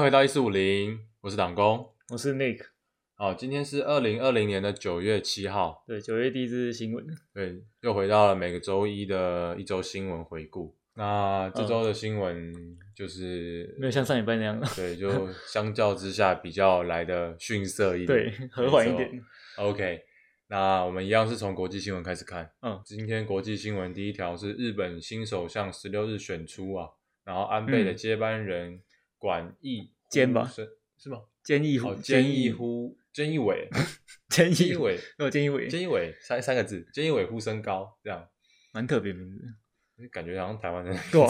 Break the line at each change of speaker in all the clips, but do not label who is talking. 回到一四五零，我是党工。
我是 Nick。
哦，今天是二零二零年的九月七号，
对，九月第一支新闻，
对，又回到了每个周一的一周新闻回顾。那这周的新闻就是、
嗯没有像上礼拜那样，
对，就相较之下比较来的逊色一点，
对，和缓一
没
点。
错。OK，那我们一样是从国际新闻开始看。
嗯，
今天国际新闻第一条是日本新首相十六日选出啊，然后安倍的
嗯
接班人管义
菅吧
是是吗？
坚毅
哦
虎，，
菅义，乎，菅义伟，
坚
菅
毅
义
虎，
伟，
哦，坚毅虎，
菅义伟三三个字，菅义伟呼声高，这样
蛮特别名字，
感觉好像台湾人。
对啊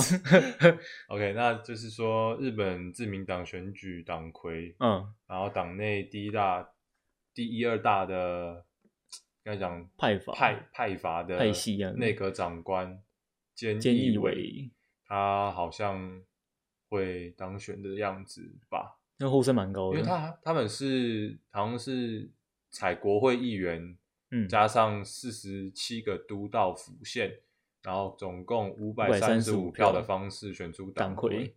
OK，那就是说日本自民党选举党魁，
嗯，
然后党内第一大、第一二大的，该讲
派阀
派派阀的
派系啊
内阁长官 菅
菅
义
义
伟
伟，
他好像会当选的样子吧？
那呼声蛮高
因为
的，
他他们是好像是采国会议员，
嗯
加上四十七个都道府县，然后总共五百三十五
535
票的方式选出
党
魁
魁。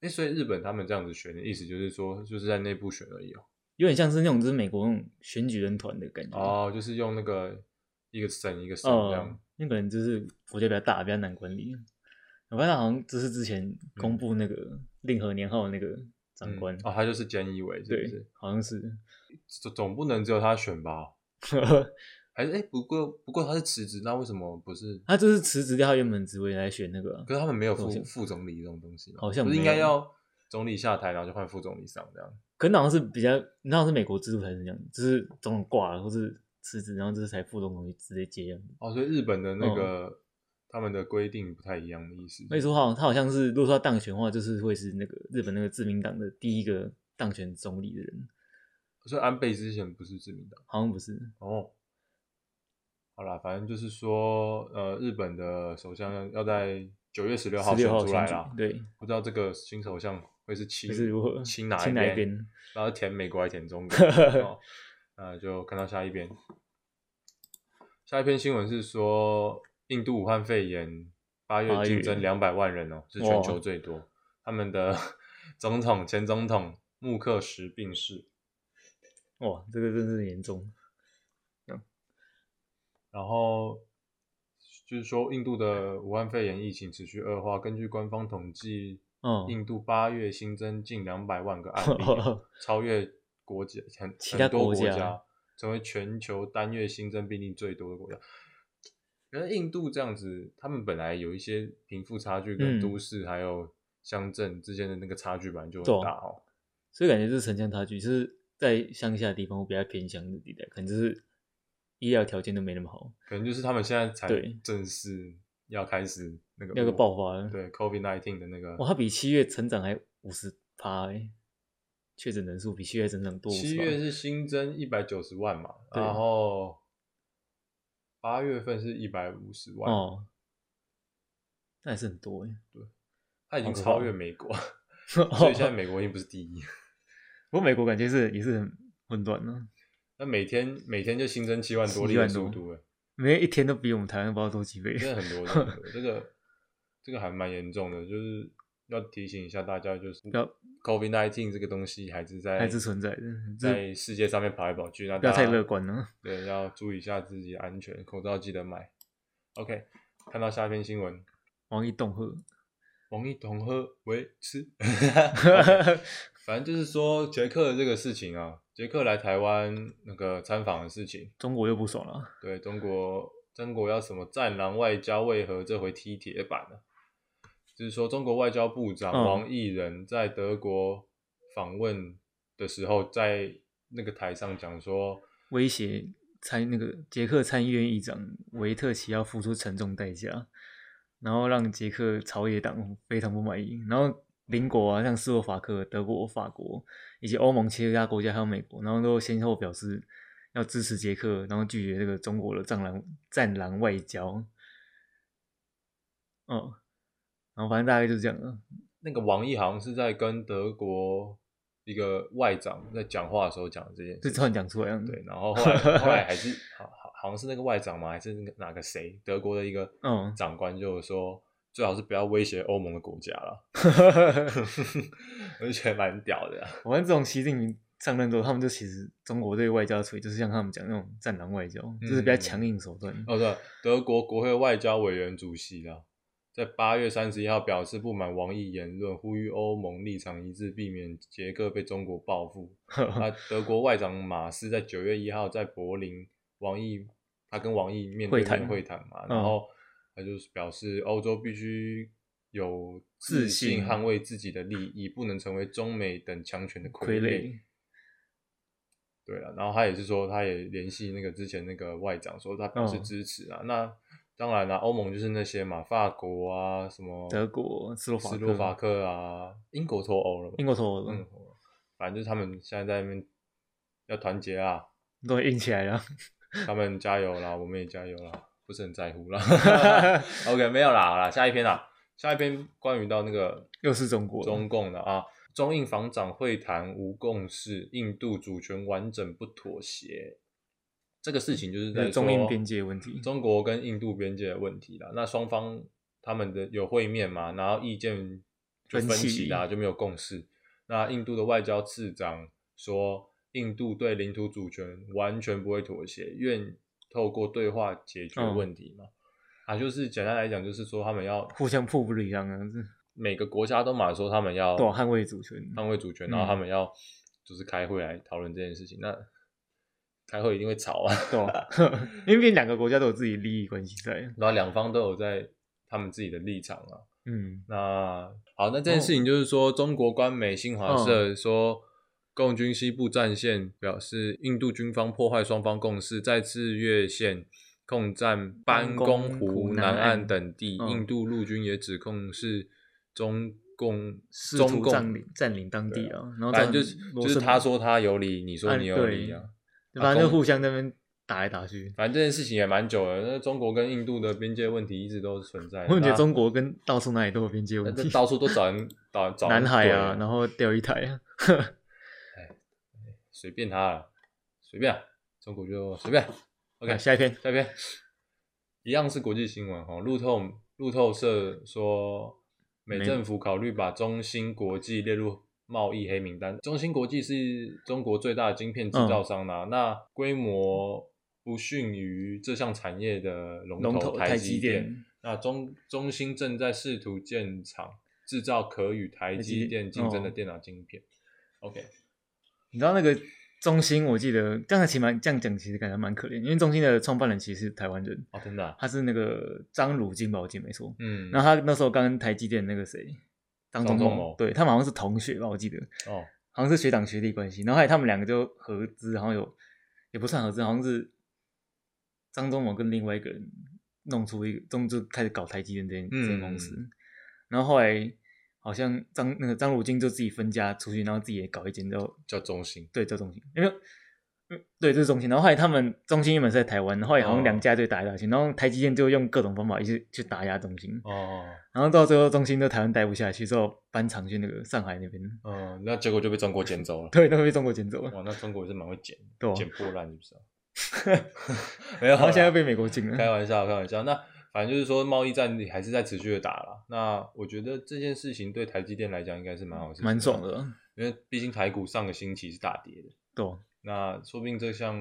哎、所以日本他们这样子选的意思就是说，就是在内部选而已哦。
有点像是那种就是美国那种选举人团的感觉，
哦，就是用那个一个省一个省这样
嗯，。那可能就是国家比较大，比较难管理。我发现好像就是之前公布那个令和年号的那个长
嗯
官，
哦，他就是菅义伟，是不
对
是？，
好像是，
总总不能只有他选吧？还是哎、不过不过他是辞职，那为什么不是？
他就是辞职掉他原本职位来选那个啊、
可是他们没有副
好像
副总理这种东西吗？
好像
不是应
没有
该要总理下台，然后就换副总理上这样？
可能好像是比较，你知道是美国制度才是这样，就是总统挂了或是辞职，然后就是才副总统直接接样。
哦，所以日本的那个、他们的规定不太一样的意思。
嗯所以说好像他好像是，如果说他当选的话，就是会是那个日本那个自民党的第一个当选总理的人，
所以安倍之前不是自民党
好像不是，
哦。好啦，反正就是说，呃，日本的首相要要在九月十六号
十
选
六号
出来
选举
啦，。
对，
不知道这个新首相会是亲
会是如何
亲哪
亲哪一边
然后填美国还是填 中国？哦那就看到下一篇。下一篇新闻是说，印度武汉肺炎八月
八月
竞争两百万人哦，是全球最多。他们的 总统前总统穆克什病逝，
哇，这个真是严重。
然后就是说印度的武汉肺炎疫情持续恶化。根据官方统计，
嗯，
印度八月新增近两百万个案例哦，超越国家很
其他
很多国
国家
成为全球单月新增病例最多的国家。可是印度这样子，他们本来有一些贫富差距，跟
嗯
都市还有乡镇之间的那个差距本来就
对
很
啊
大哦。
所以感觉就是城乡差距，就是在乡下的地方或比较偏乡的地带，可能就是医疗条件都没那么好，
可能就是他们现在才
对
正式要开始那个
那个
武
爆发了。
嗯对 COVID nineteen 的那个
哇，它比七月成长还五十趴哎，确诊人数比七月成长多50%。
七月是新增一百九十万嘛，
对
然后八月份是一百五十万，
哦，那还是很多哎。
它已经
好可怕
超越美 国，所
所
以现在，美国已经不是第一。
不过美国感觉是也是很啊混乱呢、
那每天每天就新增七万多例
7
的
万多
速度了，
每一天都比我们台湾不知道多几倍。
真的很多，真的很 多这个这个还蛮严重的，就是要提醒一下大家，就是
不要
COVID nineteen 这个东西还是在
还是存在的
在世界上面跑来跑去，那
不要
大家
太乐观啊了。
对，啊要注意一下自己的安全，口罩记得买。OK，看到下一篇新闻，
王一栋鹤，
王一同喝维吃。OK，反正就是说捷克的这个事情啊，捷克来台湾那个参访的事情，
中国又不爽了，
对中国中国要什么战狼外交，为何这回踢铁板呢、就是说中国外交部长
嗯
王毅仁在德国访问的时候，在那个台上讲说，
威胁参那个捷克参议院议长维特奇要付出沉重代价，然后让捷克朝野党非常不满意，然后。邻国啊，像斯洛伐克、德国、法国以及欧盟其他国家，还有美国，然后都先后表示要支持捷克，然后拒绝这个中国的战狼战狼外交。嗯，然后反正大概就是这样了。
那个王毅好像是在跟德国一个外长在讲话的时候讲的这件事
就
情，
突然讲出来了，
对，，然后后来后来还是好好好像是那个外长嘛，还是那个哪个谁，德国的一个
嗯
长官就说，最好是不要威胁欧盟的国家了， 我就觉得蛮屌的啊、
我看自从习近平上任之后，他们就其实中国对外交的处理就是像他们讲那种战狼外交，就是比较强硬手段。
嗯哦，对，德国国会外交委员主席啊，在八月三十一号表示不满王毅言论，呼吁欧盟立场一致，避免捷克被中国报复。那德国外长马斯在九月一号在柏林，王毅他跟王毅面对
会谈
面会谈嘛，
嗯
然后他就是表示欧洲必须有
自
自信
信
捍卫自己的利益，不能成为中美等强权的
傀
傀儡。
儡，
对啊了，然后他也是说，他也联系那个之前那个外长，说他表示
嗯
支持啊。那当然啦，欧盟就是那些嘛，法国啊，什么
德国、斯洛伐
斯
克、
洛伐克啊，英国脱欧了嘛，
英国脱欧
嗯
了，，
反正就是他们现在在那边要团结啊，
都硬起 来了。
他们加油啦，我们也加油啦，不是很在乎啦。OK，没有 啦，好啦，下一篇啦，下一篇关于到那个
又是中国了
中共的啊，中印防长会谈无共识，印度主权完整不妥协。这个事情就是在
就是中
说
印边界问题
中国跟印度边界的问题啦。那双方他们的有会面嘛，然后意见就分
分歧
歧啦，就没有共识。那印度的外交次长说，印度对领土主权完全不会妥协，愿透过对话解决
嗯
问题嘛。啊，就是简单来讲，就是说他们要
互相互不礼让啊，这
每个国家都嘛说他们要
对啊捍卫主权
捍卫主权，
嗯
然后他们要就是开会来讨论这件事情。那开会一定会吵啊，
对啊，因为毕竟两个国家都有自己利益关系在。
然后两方都有在他们自己的立场啊。
嗯，
那好，那这
哦
件事情就是说，中国官媒新华
嗯
社说，共军西部战线表示，印度军方破坏双方共识，在日月线控占班公
班公
湖
湖
南
南
岸
岸
等地，
嗯
印度陆军也指控是中共
试
中
图
共
占领占领当地啊，然后
反正就是
占
就
罗
是
森
他
堡
说他有理，你说
啊
你有
对
理啊。
反正就
中
互相在那边打来打去。
反正这件事情也蛮久了，那中国跟印度的边界问题一直都存在。
我总觉
那
得中国跟到处哪里都有边界问
啊那
题，
到处都找人找找人
南海
怼
啊，然后钓鱼台啊，
随便他了，随便啊，中国就随便。OK，
啊下一篇
下一篇，一样是国际新闻哦。路透路透社说，美
美
政府考虑把中芯国际列入贸易黑名单。中芯国际是中国最大的晶片制造商
嗯
啦、那规模不逊于这项产业的龙
龙
头
头台
积
积
电。
电，
那中中芯正在试图建厂，制造可与台
台积
积电竞争的
哦
电脑晶片。OK，
你知道那个中兴，我记得这样其实蛮这样讲，其实感觉蛮可怜，因为中兴的创办人其实是台湾人，
哦，真的啊、
他是那个张汝京吧，我记得没错。
嗯，
然后他那时候刚跟台积电那个谁张
张
忠
忠
谋
谋，
对他们好像是同学吧，我记得
哦，
好像是学长学弟关系。然后后来他们两个就合资，好像有也不算合资，好像是张忠谋跟另外一个人弄出一个，中就开始搞台积电这间、这间公司。然后后来好像张那个张汝京就自己分家出去，然后自己也搞一间叫
叫中芯。
对叫中心，因为。嗯对，这是中心。然后后来他们中心原本是在台湾，后来好
哦
像两家就打来打去，然后台积电就用各种方法一直去打压中心。
哦，
然后到最后中心都台湾待不下去，之后搬厂去那个上海那边，
嗯，那结果就被中国捡走了。
对，都被中国捡走了。
哇，那中国也是蛮会捡，
对啊
捡破烂是不是啊？ 没有啦，
然后现在被美国禁
开
了。
玩笑，开玩笑。那反正就是说，贸易战还是在持续的打啦。那我觉得这件事情对台积电来讲应该是蛮好的事情，啊
蛮爽的，
因为毕竟台股上个星期是大跌的。
对啊，
那说不定这项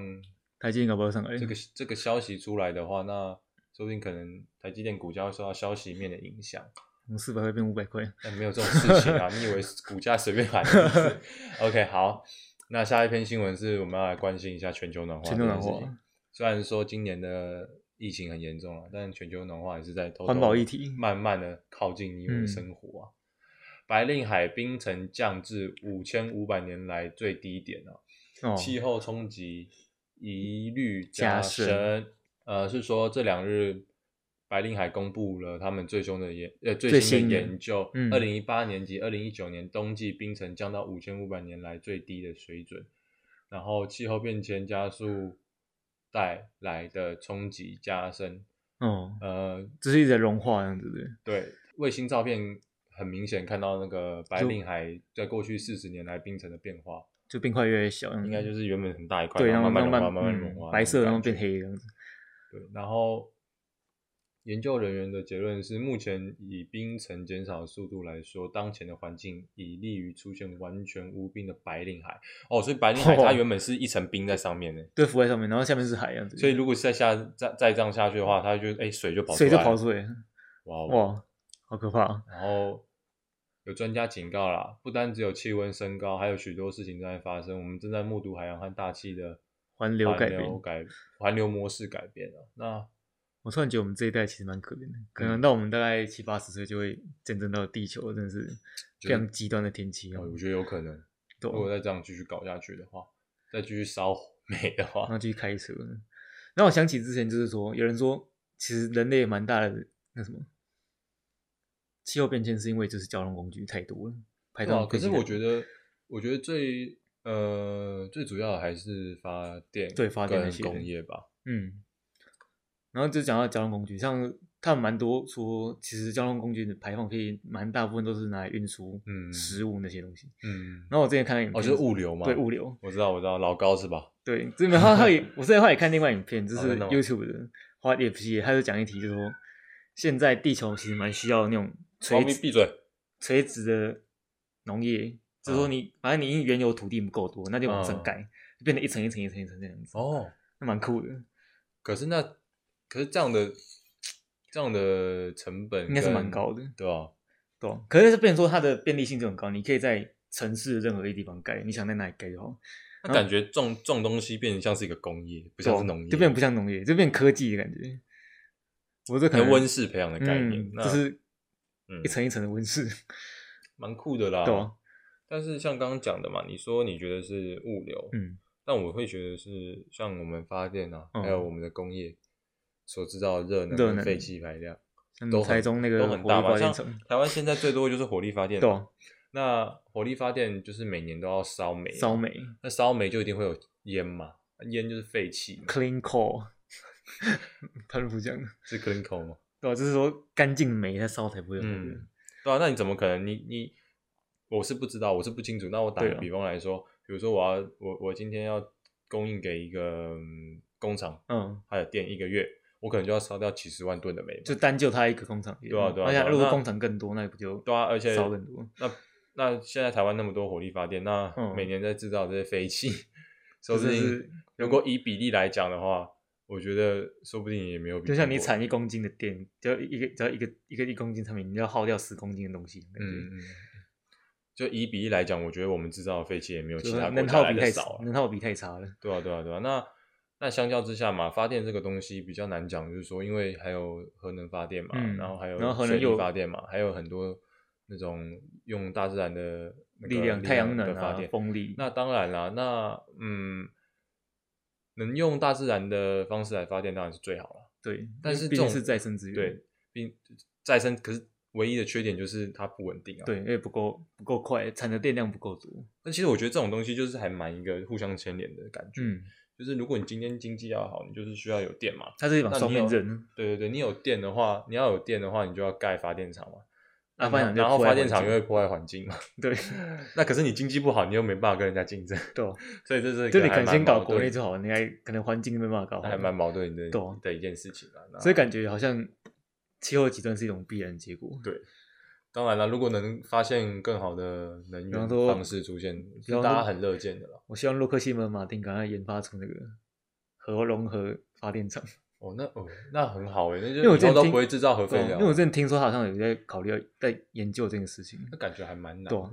台积电搞不好上来，
这个这个消息出来的话，那说不定可能台积电股价会受到消息面的影响。
从四百块变五百块，
但没有这种事情 啊！你以为股价随便喊是不是？OK，好，那下一篇新闻是我们要来关心一下全球暖化。
全球暖化。
虽然说今年的疫情很严重啊，但全球暖化也是在偷偷
环保议题嗯
慢慢的靠近你我的生活啊。白令海冰层降至五千五百年来最低点啊，
哦，
气候冲击疑虑
加
加
深
深。呃，是说这两日白令海公布了他们最终的研呃最
最
新
新
的
的
研究，
嗯
二零一八年及二零一九年冬季冰层降到五千五百年来最低的水准，然后气候变迁加速带来的冲击加深。
哦，
呃，
就是一直在融化这样子，对不对？
对，卫星照片很明显看到那个白
就
令海在过去四十年来冰层的变化。
就冰块越来越小，
应该就是原本很大一块，
嗯对，
然
然
后
后
慢慢
慢
融化，慢慢
嗯
融化，
白色，然后变
黑。
黑这样子，
对，然后研究人员的结论是，目前以冰层减少速度来说，当前的环境已利于出现完全无冰的白令海。哦，所以白令海它原本是一层冰在上面的，
对，浮在上面，然后下面是海样子，
所以如果再下再再这样下去的话，它就哎、水就跑出
水
来
就
了，
跑出来了，
哇哦
哇，好可怕啊！
然后有专家警告啦，不单只有气温升高，还有许多事情正在发生。我们正在目睹海洋和大气的
环流
环
改
流
变
改环流模式改变了。那
我突然觉得我们这一代其实蛮可怜的，可
嗯
能到我们大概七八十岁就会见证到地球真的是非常极端的天气哦
哦，我觉得有可能，
对啊
如果再这样继续搞下去的话，再继续烧煤的
然
话，
后继续开车。然后我想起之前就是说，有人说其实人类蛮大的那什么气候变迁，是因为就是交通工具太多了，排
对
到、
啊，可是我觉
得
得，我觉得最呃最主要的还是发电
对发电那
跟
些
工业吧。
嗯，然后就讲到交通工具，像他们蛮多说，其实交通工具的排放可以蛮大部分都是拿来运输
嗯
食物那些东西。
嗯，
然后我之前看到影
哦，
片
就是物流嘛，
对物流，
我知道我知道，老高是吧？
对，这边他他也，我之前后来也看另外影片，就
哦
是
真的吗
YouTube 的花也不是，他就讲一题，就说现在地球其实蛮需要那种垂
猫咪
直
闭嘴，
垂直的农业，就是说你反正你原有土地不够多，那就往
嗯
上盖，就变成一层一层一层一层这样子，
哦。
那蛮酷的，
可是那，可是这样的这样的成本
应该是蛮
跟
高的，
对吧、
对啊、可是变成说它的便利性就很高，你可以在城市的任何一个地方盖，你想在哪里盖就好，
那感觉种种东西变成像是一个工业，不
不
像是农业，
啊就变不像农业，就变科技的感觉。我这可
可
能
能温室培养的概念
嗯，
那
就是
嗯
一层一层的温室，
蛮酷的啦。
对啊
但是像刚刚讲的嘛，你说你觉得是物流，
嗯，
但我会觉得是像我们发电啊，
嗯
还有我们的工业所制造的热能
热
跟
能
废气排量
像
都很
台中那个
都
火
很
力
大嘛。
发
像
电厂，
台湾现在最多就是火力发电，
对啊，
那火力发电就是每年都要烧煤，
烧煤
那烧煤就一定会有烟嘛，烟就是废气嘛，
clean coal，他是不讲的，
是 clean coal 嘛。
对啊，就是说干净煤它烧才不会有那个
嗯，对啊，那你怎么可能？你你我是不知道，我是不清楚。那我打个
对啊
比方来说，比如说我要我我今天要供应给一个、嗯工厂
嗯，
它的电一个月，我可能就要烧掉几十万吨的煤嘛，
就单就它一个工厂，
对啊对啊
而
对啊
且如果
那
工厂更多，那不就
对啊，而且
烧更多，
那那现在台湾那么多火力发电，那
嗯
每年在制造这些废气，说
就
不
是
定
是
如果以比例来讲的话，我觉得说不定也没有比
就像你
中国
产一公斤的电，只要一个只要一个一个一公斤产品，你要耗掉十公斤的东西，感
嗯，
觉
嗯，就以比例来讲，我觉得我们制造的废气也没有
就
其
是
他国
能
家
耗
来
比
的
太
少、啊。
能耗比太差了，
对啊，对啊，对啊。那那相较之下嘛，发电这个东西比较难讲，就是说，因为还有核能发电嘛，
嗯
然后还有
然后核能
水力
又
发电嘛，还有很多那种用大自然的那个
力量太阳能
的发
啊
电。，
风力，
那当然啦，那嗯，能用大自然的方式来发电当然是最好了。
对，
但
因为
是
毕
这种
竟是再生资源，
对，并再生，可是唯一的缺点就是它不稳定啊。
对，因为不够不够快，产的电量不够足。
那其实我觉得这种东西就是还蛮一个互相牵连的感觉。
嗯，
就是如果你今天经济要好，你就是需要有电嘛。
它是一把
那
双
你
面
有
刃，
对对对，你有电的话，你要有电的话，你就要盖发电厂嘛。
啊发电厂就
然后
破坏
发电
环
厂
境
又会破坏环境 嘛。
对
那可是你经济不好，你又没办法跟人家竞争，
对哦，
所以这是一
就
个
你
还
可能
蛮
先搞
矛
国内
盾
就好，你还可能环境没办法搞好，
还蛮矛盾的
对啊
的一件事情啊。那
所以感觉好像气候极端是一种必然结果。
对当然了，如果能发现更好的能
比方
源
说
方式出现，
比
是大
方说
家很乐见的啦。
我希望洛克希门马丁赶快研发出那个核融合发电 厂，
哦，那哦那很好诶，那就
因为
以
我之前
后都
听
不会制造核废
对啊
料啊。
因为我之前听说他好像有在考虑要在研究这件事情。
那感觉还蛮难的。
对啊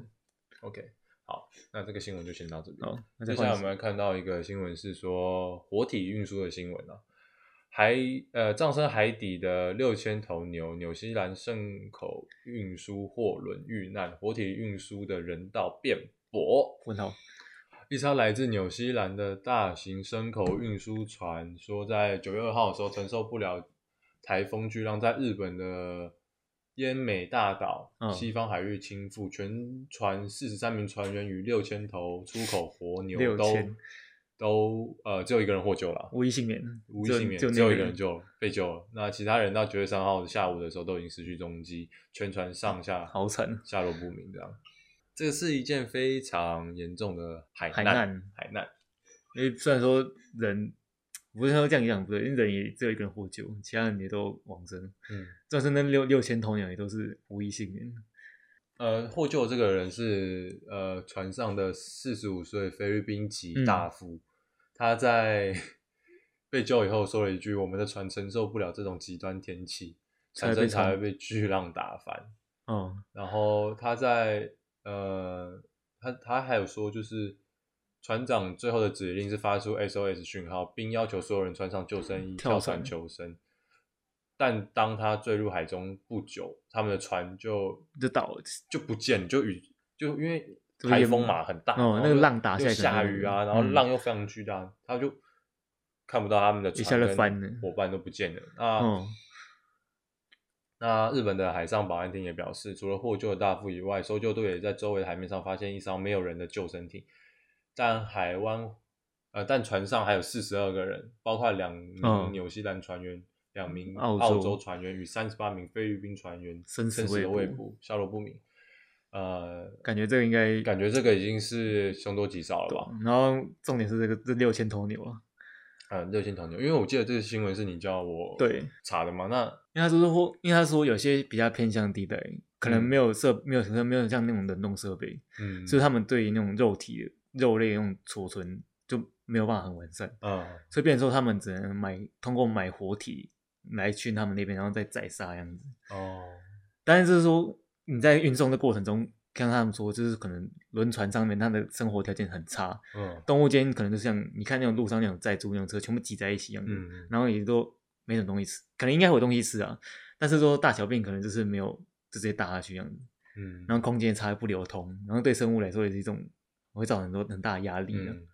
OK，好，那这个新闻就先到这边。
好，哦那
接
再
下来
换
我们来看到一个新闻是说活体运输的新闻啊，海呃葬身海底的六千头牛，纽西兰圣口运输货轮遇难，活体运输的人道辩驳。
问号，
一艘来自纽西兰的大型牲口运输船说，在九月二号的时候承受不了台风巨浪，在日本的奄美大岛
嗯
西方海域倾覆，全船四十三名船员与六千头出口活牛都
6000
都呃只有一个人获救了，
无一幸免，
无一
只有
幸免，
只有
只
那
有一
个
个人救被救了。那其他人到九月三号的下午的时候都已经失去踪迹，全船上下
好惨，
下落不明这样。这是一件非常严重的海
海
难，
难。
海难。
因为虽然说人不是说这样讲不对，因为人也只有一个人获救，其他人也都往生。
嗯，
就算是那六六千头鸟也都是无一幸免。
呃，获救的这个人是呃船上的四十五岁菲律宾
嗯
籍大夫，他在 被救以后说了一句：“我们的船承受不了这种极端天气，
才
产
被
生才
冲
会被巨浪打翻。”
哦，
然后他在呃，他他还有说，就是船长最后的指令是发出 SOS 讯号，并要求所有人穿上救生衣
跳
跳
伞
伞求生。但当他坠入海中不久，他们的船就
就倒了
就不见，就雨就因为
就
台
淹
风
没
嘛很大，
哦
然后
那个
又
浪打下
又
来可能
下
会
雨啊，
嗯
然后浪又非常巨大，他就看不到他们的
一
船
下就
跟
翻了
伙伴都不见了。那、
哦，
那日本的海上保安厅也表示，除了获救的大副以外，搜救队也在周围的海面上发现一艘没有人的救生艇，但海湾呃，但船上还有四十二个人，包括两
嗯
名纽西兰船员、两、名
澳洲
澳洲船员与三十八名菲律宾船员
生死
生死
未
的未
卜
卜，下落不明。呃，
感觉这个应该
感觉这个已经是凶多吉少了吧？
然后重点是这个这六千头牛啊，
嗯，热心同牛，因为我记得这个新闻是你叫我
对
查的嘛，那
因为他说说，因为他说有些比较偏乡地带，可能
嗯
没有设、没有设没有像那种冷冻设备，
嗯，
所以他们对于那种肉体的肉类的那种储存就没有办法很完善，
嗯
所以变成说他们只能买通过买活体来去他们那边，然后再宰杀这样子。
哦。
当然就是说你在运送的过程中，看他们说就是可能轮船上面它的生活条件很差，
嗯
动物间可能就像你看那种路上那种载猪那种车，全部挤在一起一样子，
嗯
然后也都没什么东西吃，可能应该会有东西吃啊，但是说大小便可能就是没有就直接打下去这样子，
嗯，
然后空间差也不流通，然后对生物来说也是一种会造成很多很大的压力的、啊
嗯。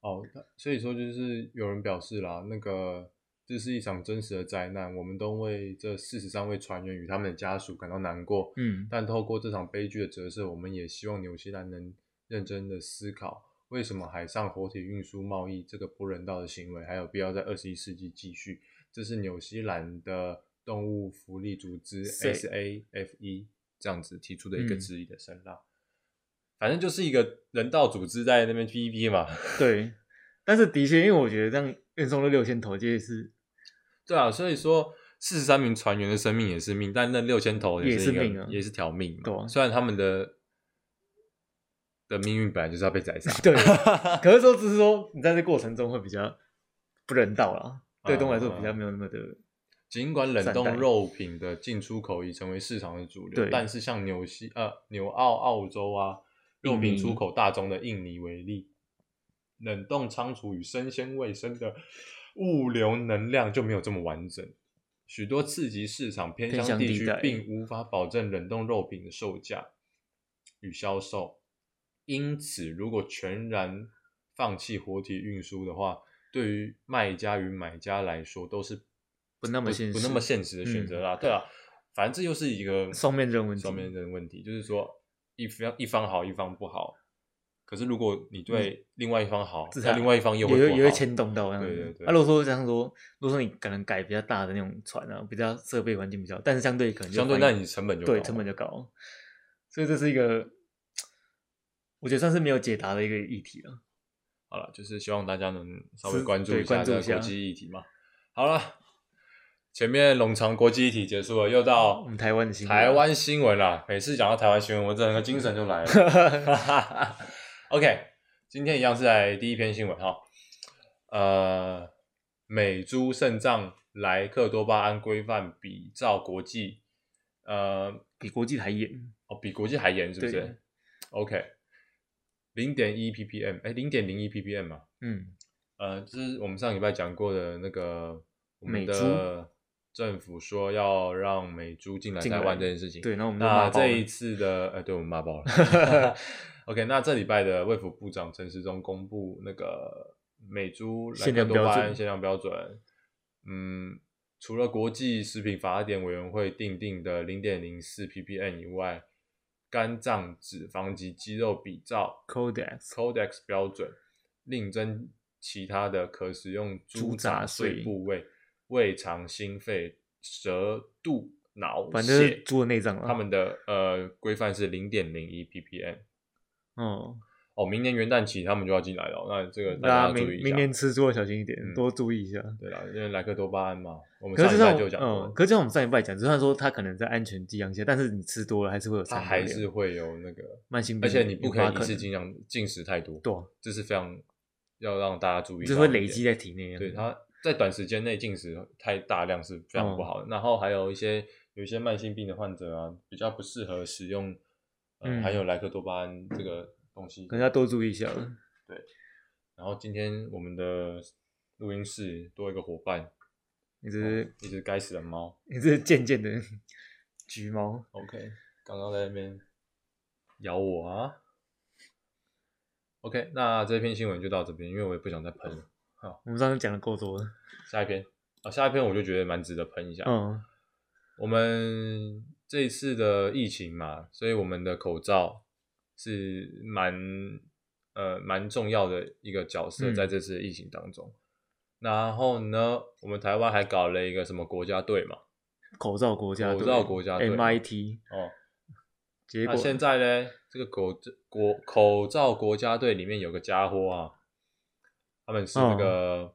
哦，那所以说就是有人表示啦，那个这是一场真实的灾难，我们都为这四十三位船员与他们的家属感到难过。
嗯，
但透过这场悲剧的折射，我们也希望纽西兰能认真的思考，为什么海上活体运输贸易这个不人道的行为还有必要在二十一世纪继续？这是纽西兰的动物福利组织
是
SAFE E 这样子提出的一个
嗯
质疑的声浪。反正就是一个人道组织在那边 PVP 嘛。
对。但是的确，因为我觉得这样运送了六千头，这是
对啊，所以说四十三名船员的生命也是命，但那六千头
也
是
是
一个
命啊
也是条命嘛。
对啊。
虽然他们的的命运本来就是要被宰杀
对。可是说只是说你在这过程中会比较不人道啦，对动物来说比
啊
较没有那么的，
尽管冷
善待
冻肉品的进出口已成为市场的主流
对，
但是像纽西呃纽澳、澳洲啊，肉
印
品
尼
出口大宗的印尼为例，冷冻仓储与生鲜卫生的物流能量就没有这么完整。许多次级市场偏
偏
乡
乡地
区
带
并无法保证冷冻肉品的售价与销售，因此，如果全然放弃活体运输的话，对于卖家与买家来说都是
不那么现
不
实嗯
那么现实的选择啦。对啊，反正这又是一个
双面刃问题
双面刃问题，就是说一方一方好，一方不好。可是如果你对另外一方好，
至
那
少
另外一方又
嗯也
会不
会也会
好
牵动到这样
对对
子。
对
啊，如果说这样说，如果说你可能改比较大的那种船啊，比较设备环境比较，但是相对可能就
相对，
反
那
映
你成本就
对
高
成本就高，所以这是一个我觉得算是没有解答的一个议题了。
好了，就是希望大家能稍微
是
关注
对
一下
关注
这个
一下
国际议题嘛。好了，前面冗长国际议题结束了，又到
我们台湾的新闻
哦
啊
台湾新闻啦。每次讲到台湾新闻，我整个精神就来了。OK，今天一样是来第一篇新闻哈。呃，美猪肾脏莱克多巴胺规范比照国际，呃，
比国际还严，
哦，比国际还严是不
对
是？OK，零点一 ppm，哎，零点零一 ppm 嘛。
嗯，
呃，就是我们上礼拜讲过的那个我们
美
的政府说要让美猪进来
进
台湾
来
这件事情。
对，，然后我们就
那
骂爆
这
了
一次的，呃，对我们骂爆 了。OK，那这礼拜的卫福部长陈时中公布那个美猪莱
限
克
量
多巴
标
胺
准
限量标准，嗯，除了国际食品法典委员会定定的零点零四 ppm 以外，肝脏、脂肪及肌肉比照
Codex
Codex 标准，另增其他的可使用
猪
猪
杂
杂
碎
碎部位、胃肠、心肺、舌、肚、脑、
反正就是
血
猪的内脏了。
他们的呃规范是零点零一 ppm。
哦，
哦，明年元旦起他们就要进来了，那这个大
大家
要注意
嗯啊明
一下。
明年吃猪要小心一点，
嗯
多注意一下。
对啦，因为莱克多巴胺嘛，我们
可
上
是
一
就
代
像
就有讲过
嗯，，可是就像我们上一拜讲，就算说它可能在安全剂量下，但是你吃多了还是会有
它
残留
还是会有那个，
慢性病，
而且你不可
有
以
发
一次
能
尽量进食太多，
对啊，
这是非常要让大家注意到
就
的一点，
会累积在体内啊。
对它在短时间内进食太大量是非常不好
嗯
的。然后还有一些有一些慢性病的患者啊，比较不适合使用呃、
嗯
含有莱克多巴胺这个东西。
可能要多注意一下了。
然后今天我们的录音室多一个伙伴，哦
你这是、
一只该死的猫。
你这是贱贱的橘猫，
OK，刚刚在那边咬我啊。OK，那这篇新闻就到这边，因为我也不想再喷了。
我们上次讲的够多了。
下一篇啊，下一篇我就觉得蛮值得喷一下。
嗯，
我们这一次的疫情嘛，所以我们的口罩是蛮呃蛮重要的一个角色，
嗯
在这次的疫情当中。然后呢，我们台湾还搞了一个什么国家队嘛？
口罩国家队，
口罩国家队
MIT，
哦，
结
那、
果
现在呢，这个口国口罩国家队里面有个家伙啊，他们是那个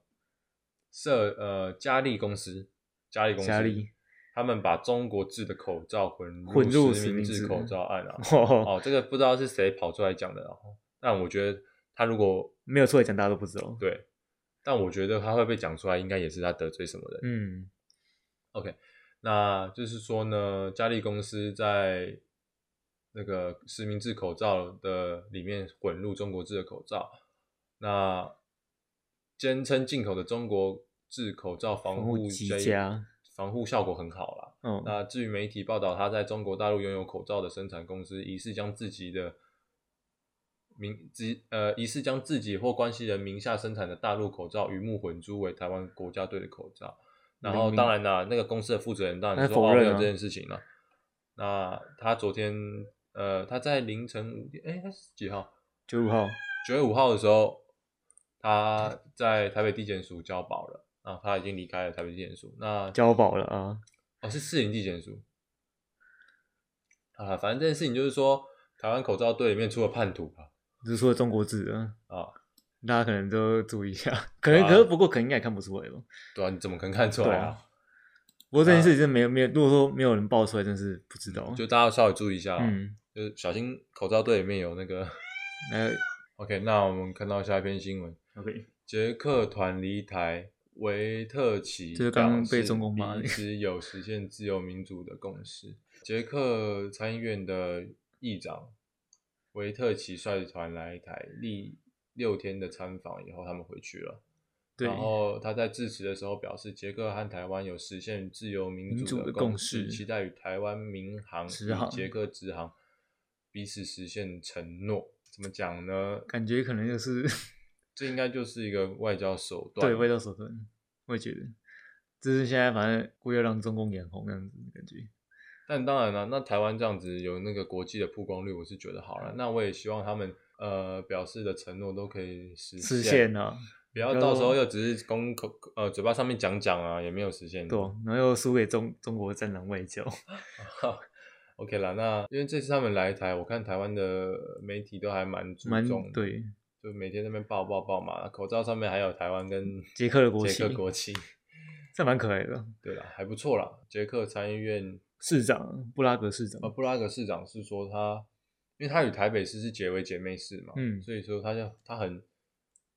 社、呃佳利公司，佳利公司，
家里，
他们把中国制的口罩混
混入
实
实
名
名
制
制
口罩案啊。
哦，
哦，这个不知道是谁跑出来讲的，然后，但我觉得他如果
没有出来讲，大家都不知道。
对，但我觉得他会被讲出来，应该也是他得罪什么人。
嗯，
那就是说呢，佳利公司在那个实名制口罩的里面混入中国制的口罩，那坚称进口的中国制口罩防
防
护
护极
这一
佳，
防护效果很好啦。
嗯，
那至于媒体报道，他在中国大陆拥有口罩的生产公司，疑似将自己的名自呃疑似将自己或关系人名下生产的大陆口罩鱼目混珠为台湾国家队的口罩。然后
明明
当然啦，那个公司的负责人当然
他
说
否
哦没
认
有
啊
这件事情了。那他昨天呃他在凌晨五点哎他是几号？
九五号，
九月五号的时候，他在台北地检署交保了。啊，他已经离开了台北地检署。那
交保了啊，
哦，是四零地检署。啊，反正这件事情就是说，台湾口罩队里面出了叛徒吧？
就是说中国制啊，
啊，
大家可能都注意一下，可能可是不过可能应该也看不出来吧。
对啊，你怎么可能看出来啊？
不过这件事情真的没有没有，如果说没有人爆出来，真是不知道。
就大家稍微注意一下、啊，
嗯，
就是小心口罩队里面有那个。
那
OK，那我们看到下一篇新闻，
OK，
捷克团离台，维特奇
这是刚刚被中共
表
骂
示
的
彼此有实现自由民主的共识。捷克参议院的议长维特奇率团来台，历六天的参访以后，他们回去了。
对，
然后他在致辞的时候表示，捷克和台湾有实现自由民
民
主
主的
共
共识
期待与台湾民航
直
与
航
捷克直航彼此实现承诺。怎么讲呢？
感觉可能就是
这应该就是一个外交手段。
对味道手段，我也觉得，就是现在反正故意要让中共眼红那样子的感觉。
但当然了，那台湾这样子有那个国际的曝光率，我是觉得好
嗯
了。那我也希望他们呃表示的承诺都可以实现，
实现啊，
不要到时候又只是公口呃嘴巴上面讲讲啊，也没有实现。
对，然后又输给中中国战狼外交，
OK 啦，那因为这次他们来台，我看台湾的媒体都还蛮注
蛮
重，，
对
就每天在那边报报报嘛，口罩上面还有台湾跟
嗯捷克的国
捷
旗，
克国旗，
这蛮可爱的。
对啦，还不错啦。捷克参议院
市长布拉格市长
呃，布拉格市长是说他，因为他与台北市是结为姐妹市嘛，
嗯
所以说他就他很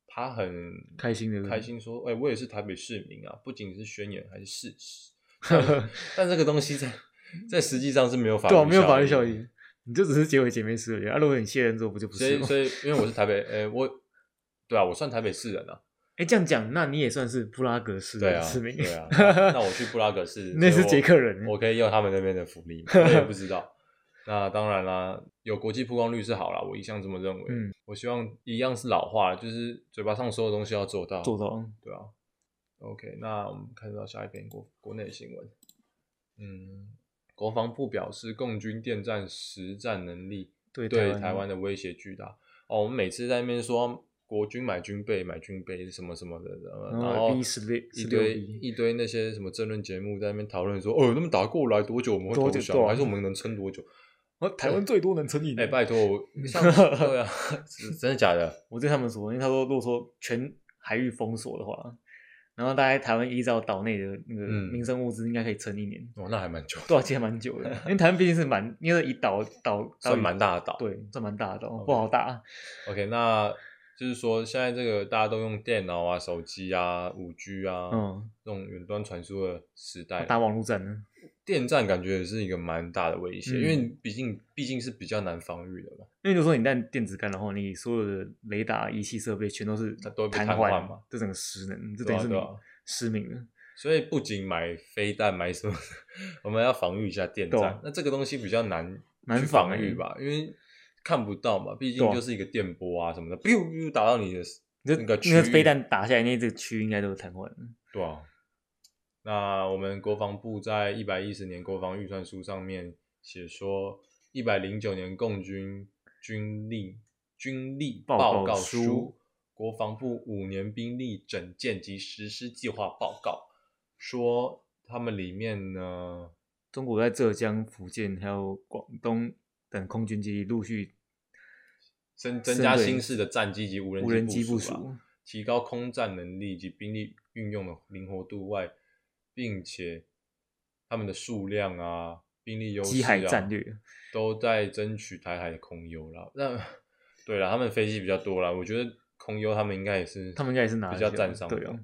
他很
开心的
开心说，哎、我也是台北市民啊，不仅是宣言还是事 实，但但这个东西在在实际上是没有法律
对啊，没有法律
效
效益，你就只是结尾姐妹事而已啊。如果你卸任之后，不就不
所
是
以
吗？
所以因为我是台北，哎、我对啊，我算台北市人啊，
哎，这样讲，那你也算是布拉格市
对啊，
的市民，
对
，
啊，那那我去布拉格市所
那
以
是
我
捷克人
我可以用他们那边的福 利嘛，我也不知道。那当然啦，有国际曝光率是好啦，我一向这么认为。
嗯，
我希望一样是老话，就是嘴巴上说的东西要做到。
做到
对啊。OK，那我们看到下一篇国国内新闻。嗯，国防部表示，共军电站实战能力
对
对
台
台湾的威胁巨大。哦，我们每次在那边说国军买军备、买军备什么什么的，呃
然
然
后
后
B 十六
一
16
堆
B
一堆那些什么争论节目在那边讨论说，哦，他们打过来多久我们会
多
投
久
降，
对啊
还是我们能撑多久？
我台湾最多能成瘾。
哎、拜托，我像对啊， 是真的假的？
我对他们说，因为他说，如果说全海域封锁的话，然后大概台湾依照岛内的那个
嗯
民生物资，应该可以撑一年，
哦，那还蛮久的，
多少期还 蛮久的。因为台湾毕竟是蛮，因为以岛岛岛屿
算蛮大的岛。
对，算蛮大的哦，
OK
不好打。
OK，那就是说现在这个大家都用电脑啊、手机啊、五 G 啊，
嗯，哦
这种远端传输的时代，
打网络战呢？
电站感觉也是一个蛮大的威胁，
嗯
因为毕竟毕竟是比较难防御的嘛。
因为就说你带电子杆，然后你所有的雷达仪器设备全都是
它都会被
瘫
瘫痪嘛，
这整个失能，这
对
等
啊
于是
对
你
啊
失明了。
所以不仅买飞弹，买什么， 我们要防御一下电
对
站
啊。
那这个东西比较难
难
去
防
防御
欸
吧，因为看不到嘛，毕
对
竟
啊
就是一个电波啊什么的，biu biu 打到你的
你
那个区
那
域
飞弹打下来，那这个区应该都是瘫痪了。
对啊，那我们国防部在一百一十年国防预算书上面写说，一百零九年共军军力军力
报
报
告
告
书
国防部五年兵力整建及实施计划报告说，他们里面呢，
中国在浙江、福建还有广东等空军基地陆续
增增加
对
新式的战机及无人
无人机部
署啊
署，
提高空战能力及兵力运用的灵活度外，并且他们的数量啊、兵力优势啊、
机海战略
都在争取台海的空优啦。那对啦，他们飞机比较多啦，我觉得空优他们应该也是，
他们应该也是拿得
比较
下
占上
对
风
啊。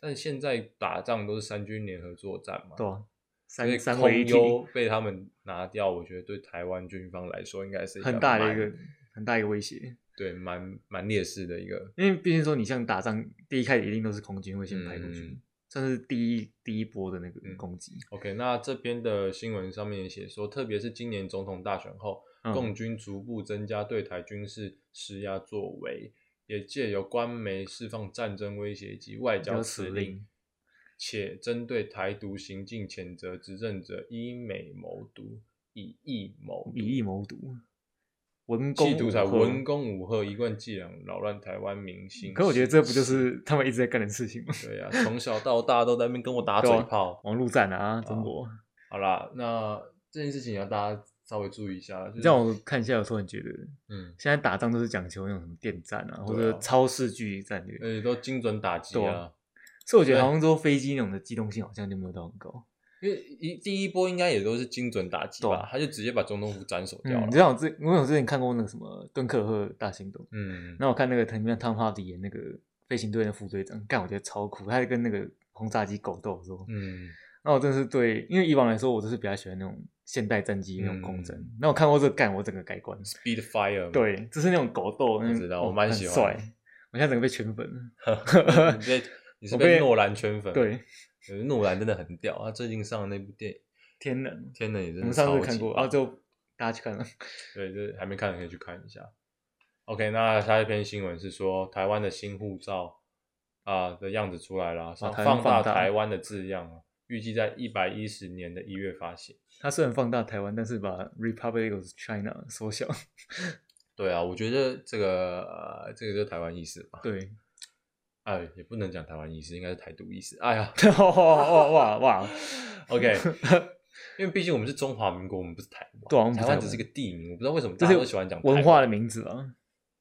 但现在打仗都是三军联合作战嘛，
对啊，
所以
三三
空
维一体
优被他们拿掉，我觉得对台湾军方来说应该是
很大的一
蛮
个很大一个威胁，
对蛮蛮劣势的一个
因为毕竟说你像打仗，第一开始一定都是空军会先拍过去，
嗯
算是第一第一波的那
嗯
个攻击。
OK，那这边的新闻上面也写说，特别是今年总统大选后，
嗯
共军逐步增加对台军事施压作为，也借由官媒释放战争威胁及外交
交
指
指
令
令，
且针对台独行径谴责执政者以美谋独，以义谋
以
义
义谋独，文攻
企图才
武赫
文。攻武赫，一贯伎俩扰乱台湾民心。
可我觉得这不就是他们一直在干的事情吗？
对呀、从小到大都在那边跟我打嘴
对啊
炮。
网络战 啊，
哦
中国。
好啦，那这件事情要大家稍微注意一下。就是、
让我看一下，我突然觉得
嗯，
现在打仗都是讲求那种什么电战啊，或
对啊
者超视距离战略，
而且都精准打击
对
啊
啊。所以我觉
对
得好像说飞机那种的机动性好像就没有到很高。
因为一第一波应该也都是精准打击
对
吧
啊，
他就直接把总统府斩首掉
嗯，
了
你。知道我之我有之前看过那个什么敦刻尔克大行动，
嗯，
那我看那个藤原汤帕迪演那个飞行队的副队长，干我觉得超酷，他在跟那个轰炸机狗斗的时候，
嗯，
那我真的是对，因为以往来说我都是比较喜欢那种现代战机那种空战
嗯，
那、我看过这个干我整个改观，
Speed Fire，嘛，
对，就是那种狗斗，那种
知道我
哦
蛮
很
喜欢
帅，我现在整个被圈粉了。
你被你是
我
被
被
诺兰圈粉。
对，
可是诺兰真的很屌，他最近上的那部电影《
天能，
天能》也真
我
的
们
超级
上
棒。
次看过，然后就大家去看了。
对，就是还没看的可以去看一下。OK，那下一篇新闻是说台湾的新护照啊、的样子出来了，上
啊台湾
放大
放大
台湾的字样啊，预计在一百一十年的一月发行。
他虽然放大台湾，但是把 Republic of China 缩小。
对啊，我觉得这个呃，这个就是台湾意识吧。
对，
哎，也不能讲台湾意识，应该是台独意识。哎 呀
哇哇哦哇哇！
，OK，因为毕竟我们是中华民国，我们不是台湾，
对啊我们不
台
是
湾
台
只是
湾
个地名，我不知道为什么
这
大家都喜欢
是
讲台
文化
湾
的名字啊。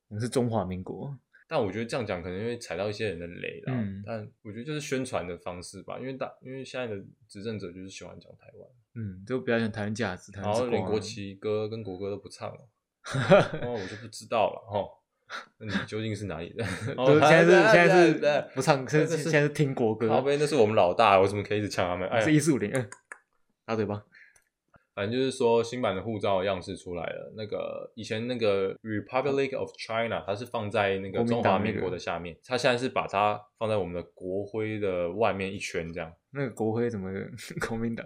我们是中华民国，
但我觉得这样讲可能会踩到一些人的雷啦。
嗯
但我觉得就是宣传的方式吧，因为大因为现在的执政者就是喜欢讲台湾，
嗯，就比较讲台湾价值，台
然
湾之
后
光
连
啊
国。 旗歌跟国歌都不唱了，哦，我就不知道了哈。那你究竟是哪里 人？
就是哦现在是现 在
对对
是不唱，是是现在是听国歌，
靠背那是我们老大，我怎么可以一直抢他们？哎呀，
是一四五零，嗯打嘴巴。
反正就是说新版的护照样式出来了。那个以前那个 Republic of China，它是放在那个
国民
中
党
华
那
民国
个
的下面，它现在是把它放在我们的国徽的外面一圈这样。
那个国徽怎么 国民党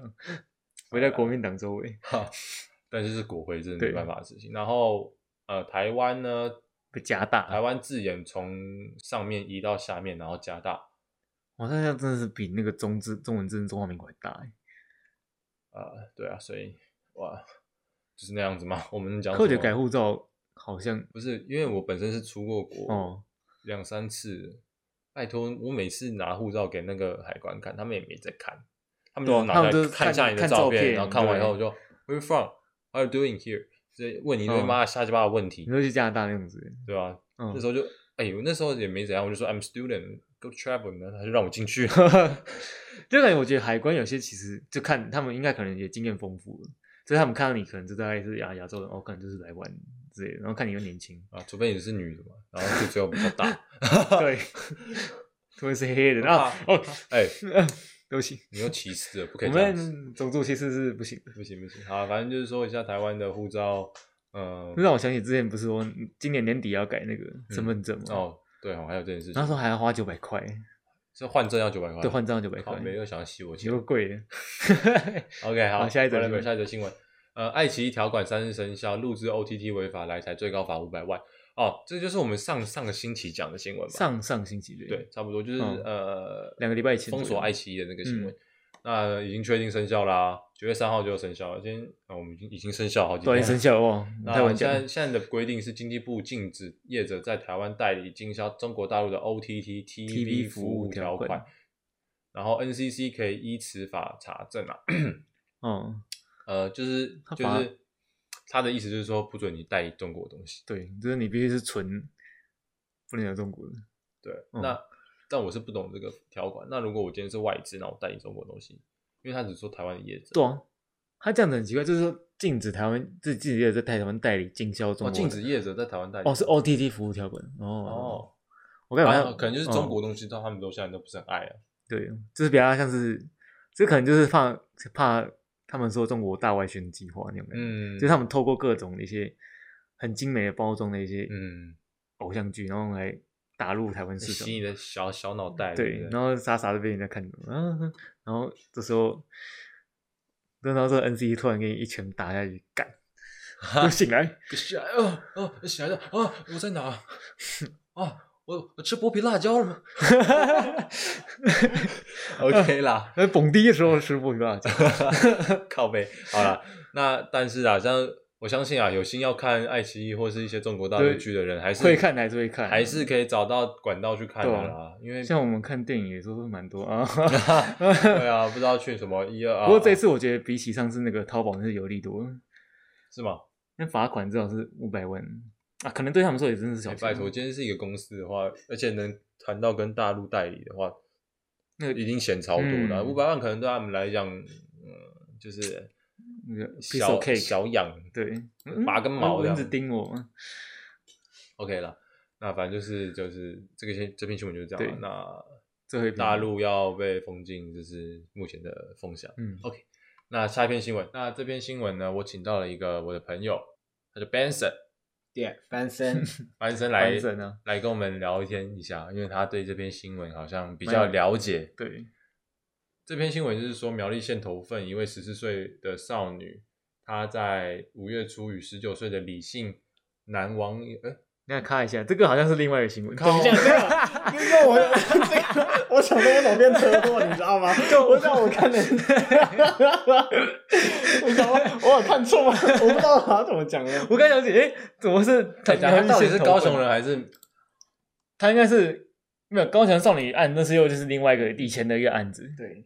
围在国民党周围
哈，但是是国徽，真的没
对
办法的事情。然后呃，台湾呢，
被加大？
台湾字眼从上面移到下面，然后加大。
哇，那真的是比那个中字中文字中华民国还大哎。
呃，对啊，所以哇，就是那样子嘛。我们讲什
可
么，
我觉得改护照好像
不是因为我本身是出过国
哦，
两三次，拜托，我每次拿护照给那个海关看，他们也没在看，他们
对啊
就拿
他们
来
就是
看一
看
下你的
看照
片，
片
然后看完以
对
后就 Where you from？ Are you doing here？这问你一堆
嗯
妈的瞎鸡巴的问题
你，说去加拿大那种子，
对吧？
嗯
那时候就，哎、我那时候也没怎样，我就说 I'm student go travel，然后他就让我进去。 啊
就感觉我觉得海关有些其实就看他们应该可能也经验丰富了，所以他们看到你可能就大概是亚亚洲人，哦，可能就是来玩之类的，然后看你又
，
年轻
啊，除非你是女的嘛，然后肚子又比较大，
对， 突然是黑人啊，哦，
哎、
对不起，
你又歧视了，不可
我
以这样子，
们种族歧视是不行的。
不行不行，好，反正就是说一下台湾的护照，呃，
这让我想起之前不是说今年年底要改那个身份证吗？，
哦，对哦，还有这件事
那时
情，
候还要花九百块，
这换证要九百块，
啊对，换账九百
好，
块，
没有想要吸我钱
有。贵的。
OK，好，
好下一则
whatever，
新闻
下一则新闻。呃，爱奇艺条款三日生效，录制 OTT 违法来台最高罚五百万。哦，这就是我们上上个星期讲的新闻吧？
上上星期
对，，差不多就是、
嗯
呃
两个礼拜前
封
左
锁
右嗯
爱奇艺的那个新闻。那已经确定生效啦、九月三号就生效了。今天啊、我们已经已经生效好几
对，
天
已
了。
经生效哦，
那
太晚
啊现
讲了
在。现在的规定是，经济部禁止业者在台湾代理经销中国大陆的 OTT TV 服
服
务
务
条
条款
款，然后 NCC 可以依此法查证啊。
哦，
呃，就是
他
就
罚
是他的意思就是说，不准你带中国的东西。
对，就是你必须是纯不能有中国的，
对，
嗯
那但我是不懂这个条款。那如果我今天是外资，那我带你中国的东西，因为他只说台湾的业者，哦
对啊，他这样子很奇怪，就是说禁止台湾自己也在台湾代理经销中
哦，
国的，
禁止业者在台湾代理。
哦是 OTT 服务条款哦
哦，
我感觉好
啊
像
可能就是中
嗯
国东西，到他们都现在都不是很爱啊。
对，就是比较像是这可能就是怕怕他们说中国大外宣计划那种感觉，
嗯，
就是他们透过各种一些很精美的包装的一些
嗯，
偶像剧，然后来打入台湾市场
洗。你的小小脑袋，对不，
对
对，
然后傻傻的被人家看懂，啊， 然后这时候，等到这 N C E 突然给你一拳打下去，干， 就醒来，
个小哦哦，小的哦，我在哪儿？哦，我我吃剥皮辣椒了 吗 ？OK 啦。
那蹦迪的时候吃不 明白，
靠背，好了，那但是啊，像我相信啊，有心要看爱奇艺或是一些中国大陆
对
剧的人，还是
会看还是会看，
还是可以找到管道去看的
对啊
啦。因为
像我们看电影也都是蛮多啊。
对啊，不知道去什么一二啊，
不过这一次我觉得比起上次那个淘宝那是有利多了，
是吗？
那罚款至少是五百万啊，可能对他们说也真的是小
哎
钱。啊
拜托，今天是一个公司的话，而且能谈到跟大陆代理的话，
那个
一定嫌超多的，
嗯
五百、万可能对他们来讲，嗯，就是
那个 piece
小
of cake，
小痒，
对，嗯
拔根毛这
蚊
样
子叮我，
，OK 了。那反正就是就是这个新这篇新闻就是这样
对
啊。那
最后一篇
大，陆要被封禁，这是目前的风向。
嗯，
那下一篇新闻，那这篇新闻呢，我请到了一个我的朋友，他叫 Benson，
对，翻身
班森来
完整啊，
来跟我们聊天一下，因为他对这篇新闻好像比
蛮
较
有
了解。
对。
这篇新闻就是说，苗栗县头份一位十四岁的少女，她在五月初与十九岁的李姓男网友，哎、
那看一下，这个好像是另外一个新闻。
靠
等一下，
因为我这个，我想说我脑边车祸，你知道吗？我让我看的，我想说我有看错吗？我不知道他怎么讲的。
我刚想起，哎、怎么是
他
苗栗县
到底是
头
高
份啊
雄人？还是
他应该是没有高雄少女案，那是又就是另外一个以前的一个案子。
对，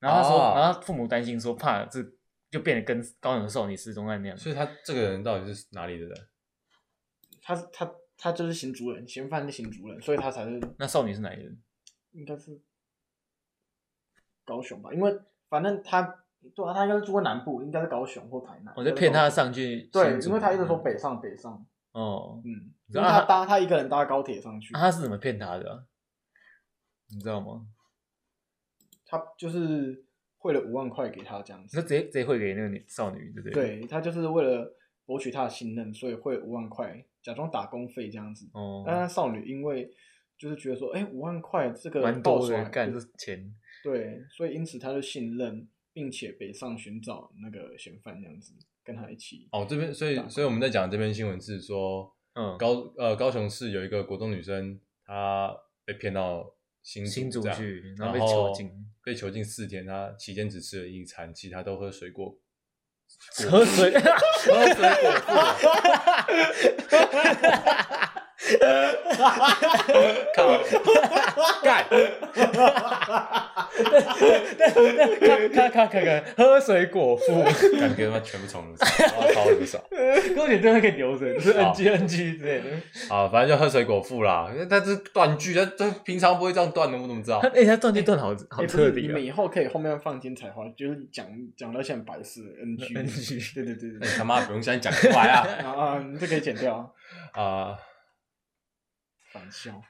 然后他说，
哦
然后他父母担心说，怕这就变得跟高雄少女失踪案那样。
所以他这个人到底是哪里的人？
他他他就是新主人，嫌犯是新主人，所以他才是
那少女是哪一人？
应该是高雄吧，因为反正他对啊，他应该是住过南部，应该是高雄或台南。
我在骗他上去
对
新，竹。
因为他一直说北上北上，
哦，
嗯，
你知
因
道
为他搭他一个人搭高铁上去
那，他是怎么骗他的啊、你知道吗？
他就是汇了五万块给他这样
你说
子。
直接直接汇给那个女少女，对不对？。
对他就是为了博取他的信任，所以汇五万块，假装打工费这样子。
哦，
但那少女因为就是觉得说，哎、五万块这个
蛮
爆
多
出
的
来，
干这钱。
对，所以因此他就信任，并且北上寻找那个嫌犯这样子，跟他一起。哎
哦，这边所以所以我们在讲这篇新闻是说，
嗯，
高呃高雄市有一个国中女生，她被骗到新竹
新竹
这样
去然
然
后被囚禁，
被囚禁四天，她期间只吃了一餐，其他都喝水果，
喝水。
喝水果 腹，靠，干，
咔咔咔咔，喝水果腹，
感觉他妈全部重录，花超级 少
高点真的可以留着，就是
好
NG NG 之类的。
啊，反正就喝水果腹啦。但是断句，他他平常不会这样断的，我怎么知道
他？哎，他断句断好好
欸不
彻
是
底
你
啊
们以后可以后面放金彩花，就是讲讲到像白痴 NG
NG
对对 对对
那
对
你他妈不用现在讲出来啊
啊啊，你这可以剪掉啊，
啊！
反笑。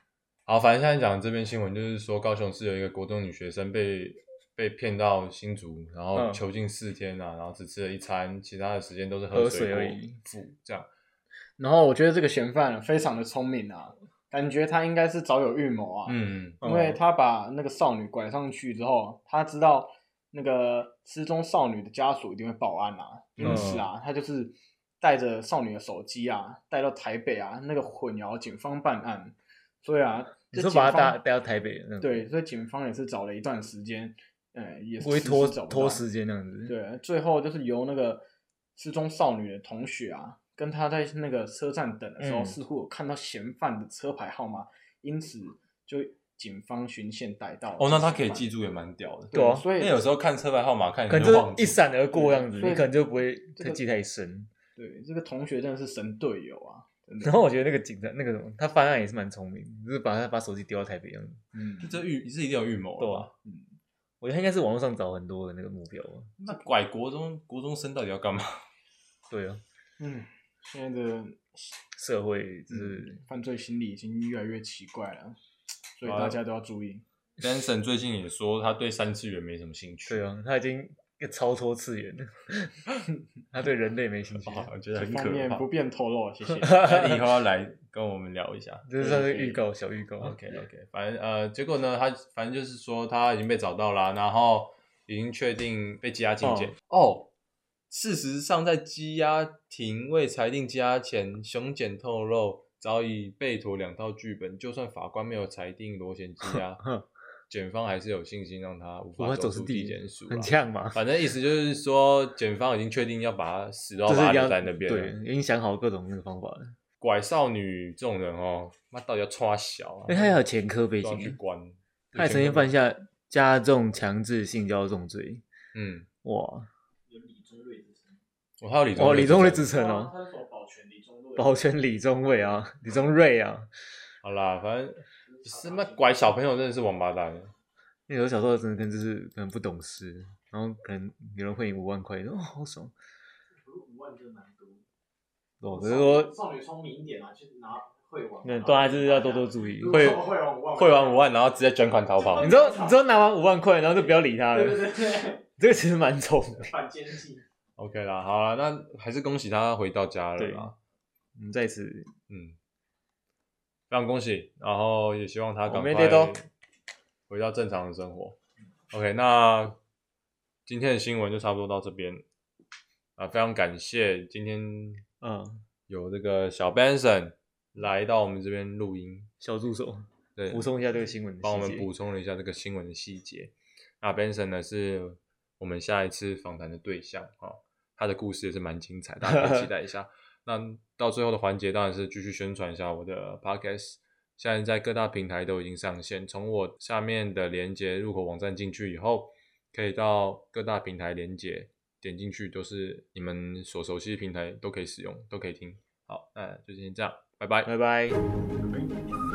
好，反正现在讲这篇新闻就是说，高雄市有一个国中女学生被被骗到新竹，然后
嗯
囚禁四天啊，然后只吃了一餐，其他的时间都是
喝
水
水而
果
已
腹这样。
然后我觉得这个嫌犯非常的聪明啊，感觉他应该是早有预谋啊，
嗯，
因
哦
为他把那个少女拐上去之后，他知道那个失踪少女的家属一定会报案啊，因此
嗯
啊，他就是带着少女的手机啊，带到台北啊，那个混淆警方办案，所以啊，
你
这
说把他
警
带
方
带到台北，那种，
对，所以警方也是找了一段时间，呃，也是
不会
迟迟
拖
找不
拖
到
时间那样
嗯
子。
对，最后就是由那个失踪少女的同学啊，跟她在那个车站等的时候，
嗯
似乎有看到嫌犯的车牌号码，因此就警方循线逮到。
哦，那他可以记。住也蛮屌的。
对，
对啊
所以
那有时候看车牌号码看，
可能
你就忘
就
记
是一闪而过这样子，
嗯所以
你可能就不会
这
再
个
记太深。
对这个同学真的是神队友啊，真的。
然后我觉得那个警察那个什么，他犯案也是蛮聪明，就是把他把手机丢到台北这样子。
嗯，
这预是一定有预谋的
啊
吧？
我觉得他应该是网络上找很多的那个目标吧。
那拐国中国中生到底要干嘛？
对啊，
嗯，现在的
社会就是
嗯犯罪心理已经越来越奇怪了，所以
好
大家都要注意。
Benson 最近也说他对三次元没什么兴趣。
对啊，他已经超脱次元了，他对人类没兴趣了。
哦，我觉得
这
很
方面
可
不
怕。
便透露，谢谢。
那以后要来跟我们聊一下。
这算是预告，小预告。
OK OK，反正呃，结果呢，他反正就是说他已经被找到啦，然后已经确定被羁押禁见。哦，事实上在羁押庭未裁定羁押前，熊检透露早已备妥两套剧本，就算法官没有裁定罗贤羁 押
哼，
检方还是有信心让他无
无
法
法走
出
出
地
地
检署啦。啊
很呛嘛，
反正意思就是说，检方已经确定要把他死到
就是
把他
一
留
样
在那边了。
对，已经想好各种那个方法了。
拐少女这种人哦，那到底要抓小、啊？
哎因为他还有前科背
都要去
景，
关。
他也曾经犯下加重强制性交这种罪。
嗯，
哇，
我还有李宗
哦，李宗瑞
之
之
称
称哦，
他是说保全李宗瑞
保全李宗伟啊，李宗瑞啊，
好啦，反正是那拐小朋友真的是王八蛋。
那时候小时候真的跟就是可能不懂事，然后可能有人会赢五万块，哦，好爽。
五万就蛮多。
哦，只是说
少女聪明一点啊，去拿会啊玩。
那大家就是要多多注意。
会
会会玩五万，
会玩五万，然后直接卷款逃跑
你。知道，你知道拿完五万块，然后就不要理他
对
了，
对对，
这个其实蛮丑的。
反间计。
OK 啦，好啦，那还是恭喜他回到家了
对
啦。
我们再次
嗯，非常恭喜，然后也希望他赶
我没得到
快回到正常的生活。OK，那今天的新闻就差不多到这边啊，非常感谢今天
嗯，
有这个小 Benson 来到我们这边录音，
小助手
对，
补充一下这个新闻的
帮我
细
们
节。
补充了一下这个新闻的细节。那 Benson 呢是我们下一次访谈的对象啊、哦，他的故事也是蛮精彩，大家可以期待一 下。那到最后的环节当然是继续宣传一下我的 podcast，现在在各大平台都已经上线，从我下面的连接入口网站进去以后，可以到各大平台连接点进去，都是你们所熟悉的平台都可以使用，都可以听。好，那就先这样，拜拜。
拜拜。
可以